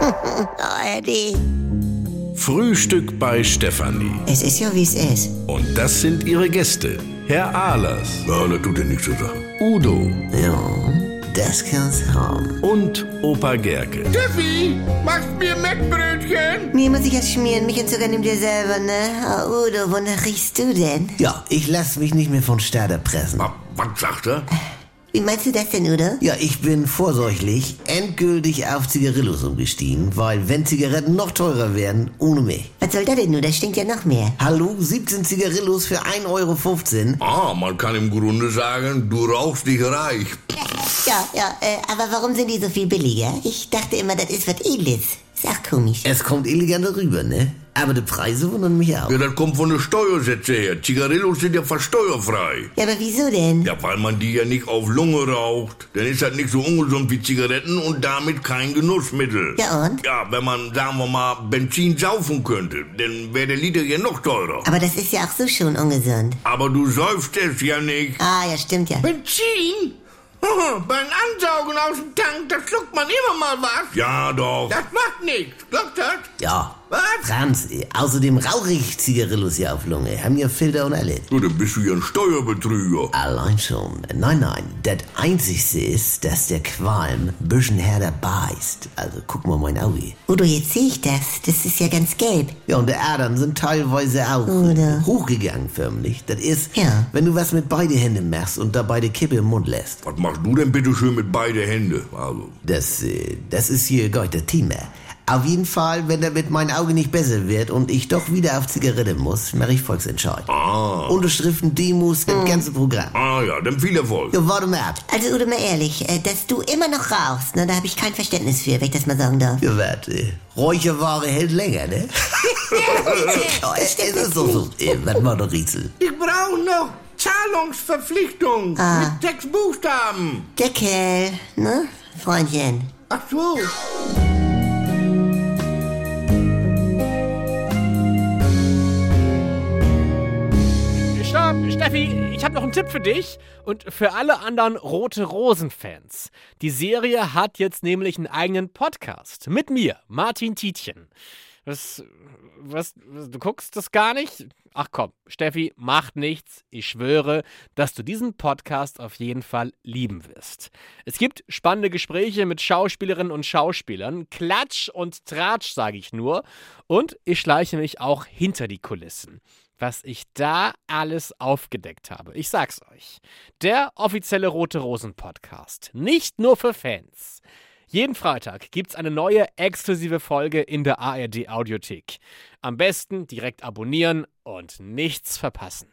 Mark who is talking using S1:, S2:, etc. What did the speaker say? S1: Oh, Eddie.
S2: Frühstück bei Stefanie.
S1: Es ist ja, wie es ist.
S2: Und das sind ihre Gäste. Herr Ahlers,
S3: Ja, das tut dir nichts zu sagen.
S2: Udo
S1: Ja, das kann's haben.
S2: und Opa Gerke.
S4: Tiffy, machst mir Mettbrötchen?
S1: Mir muss ich jetzt schmieren. Mich und Zucker nimm dir selber, ne? Oh, Udo, wonach riechst du denn?
S5: Ja, ich lasse mich nicht mehr von Stade pressen.
S3: Was, was sagt er?
S1: Wie meinst du das denn, Udo?
S5: Ja, ich bin vorsorglich endgültig auf Zigarillos umgestiegen, weil wenn Zigaretten noch teurer werden, ohne mich.
S1: Was soll da denn nur? Das stinkt ja noch mehr.
S5: Hallo, 17 Zigarillos für 1,15 Euro.
S3: Ah, man kann im Grunde sagen, du rauchst dich reich.
S1: Ja, ja, äh, aber warum sind die so viel billiger? Ich dachte immer, das ist was Edles. Ist auch komisch.
S5: Es kommt eleganter rüber, ne? Aber die Preise wundern mich auch.
S3: Ja, das kommt von den Steuersätzen her. Zigarillos sind ja fast steuerfrei.
S1: Ja, aber wieso denn?
S3: Ja, weil man die ja nicht auf Lunge raucht. Dann ist das nicht so ungesund wie Zigaretten und damit kein Genussmittel.
S1: Ja, und?
S3: Ja, wenn man, sagen wir mal, Benzin saufen könnte, dann wäre der Liter ja noch teurer.
S1: Aber das ist ja auch so schon ungesund.
S3: Aber du säufst es ja nicht.
S1: Ah, ja, stimmt ja.
S4: Benzin? Beim Ansaugen aus dem Tank, da schluckt man immer mal was.
S3: Ja, doch.
S4: Das macht nichts, glaubt das?
S5: Ja.
S4: Was?
S5: Franz, äh, außerdem rauche ich Zigarillos ja auf Lunge, haben ja Filter und alles.
S3: Du, dann bist du ja ein Steuerbetrüger.
S5: Allein schon. Nein, nein. Das Einzigste ist, dass der Qualm ein bisschen härter beißt. Also guck mal mein Auge.
S1: Udo, jetzt sehe ich das. Das ist ja ganz gelb.
S5: Ja, und die Adern sind teilweise auch
S1: Oder?
S5: hochgegangen förmlich. Das ist,
S1: Ja.
S5: wenn du was mit beide Händen machst und dabei die Kippe im Mund lässt.
S3: Was machst du denn bitte schön mit beide Hände? Also,
S5: Das, äh, das ist hier Gott, das Thema. Auf jeden Fall, wenn damit mein Auge nicht besser wird und ich doch wieder auf Zigarette muss, mache ich Volksentscheid.
S3: ah,
S5: Unterschriften, Demos,
S1: Hm.
S5: das ganze Programm.
S3: ah ja, dann viel Erfolg.
S5: Ja, warte mal ab.
S1: Also, Udo, mal ehrlich, äh, dass du immer noch rauchst, ne, da habe ich kein Verständnis für, wenn ich das mal sagen darf.
S5: Ja, warte. Räucherware hält länger, ne? ja, es ist so, so. Äh, Was war der Riesel?
S4: Ich brauche noch Zahlungsverpflichtung mit sechs Buchstaben.
S1: Deckel, ne? Freundchen.
S4: Ach so.
S6: Stopp, Steffi, ich habe noch einen Tipp für dich und für alle anderen Rote Rosen-Fans. Die Serie hat jetzt nämlich einen eigenen Podcast mit mir, Martin Tietjen. Was, was, was, du guckst das gar nicht? Ach komm, Steffi, macht nichts. Ich schwöre, dass du diesen Podcast auf jeden Fall lieben wirst. Es gibt spannende Gespräche mit Schauspielerinnen und Schauspielern. Klatsch und Tratsch, sage ich nur. Und ich schleiche mich auch hinter die Kulissen was ich da alles aufgedeckt habe. Ich sag's euch. Der offizielle Rote Rosen Podcast. Nicht nur für Fans. Jeden Freitag gibt's eine neue exklusive Folge in der ARD Audiothek. Am besten direkt abonnieren und nichts verpassen.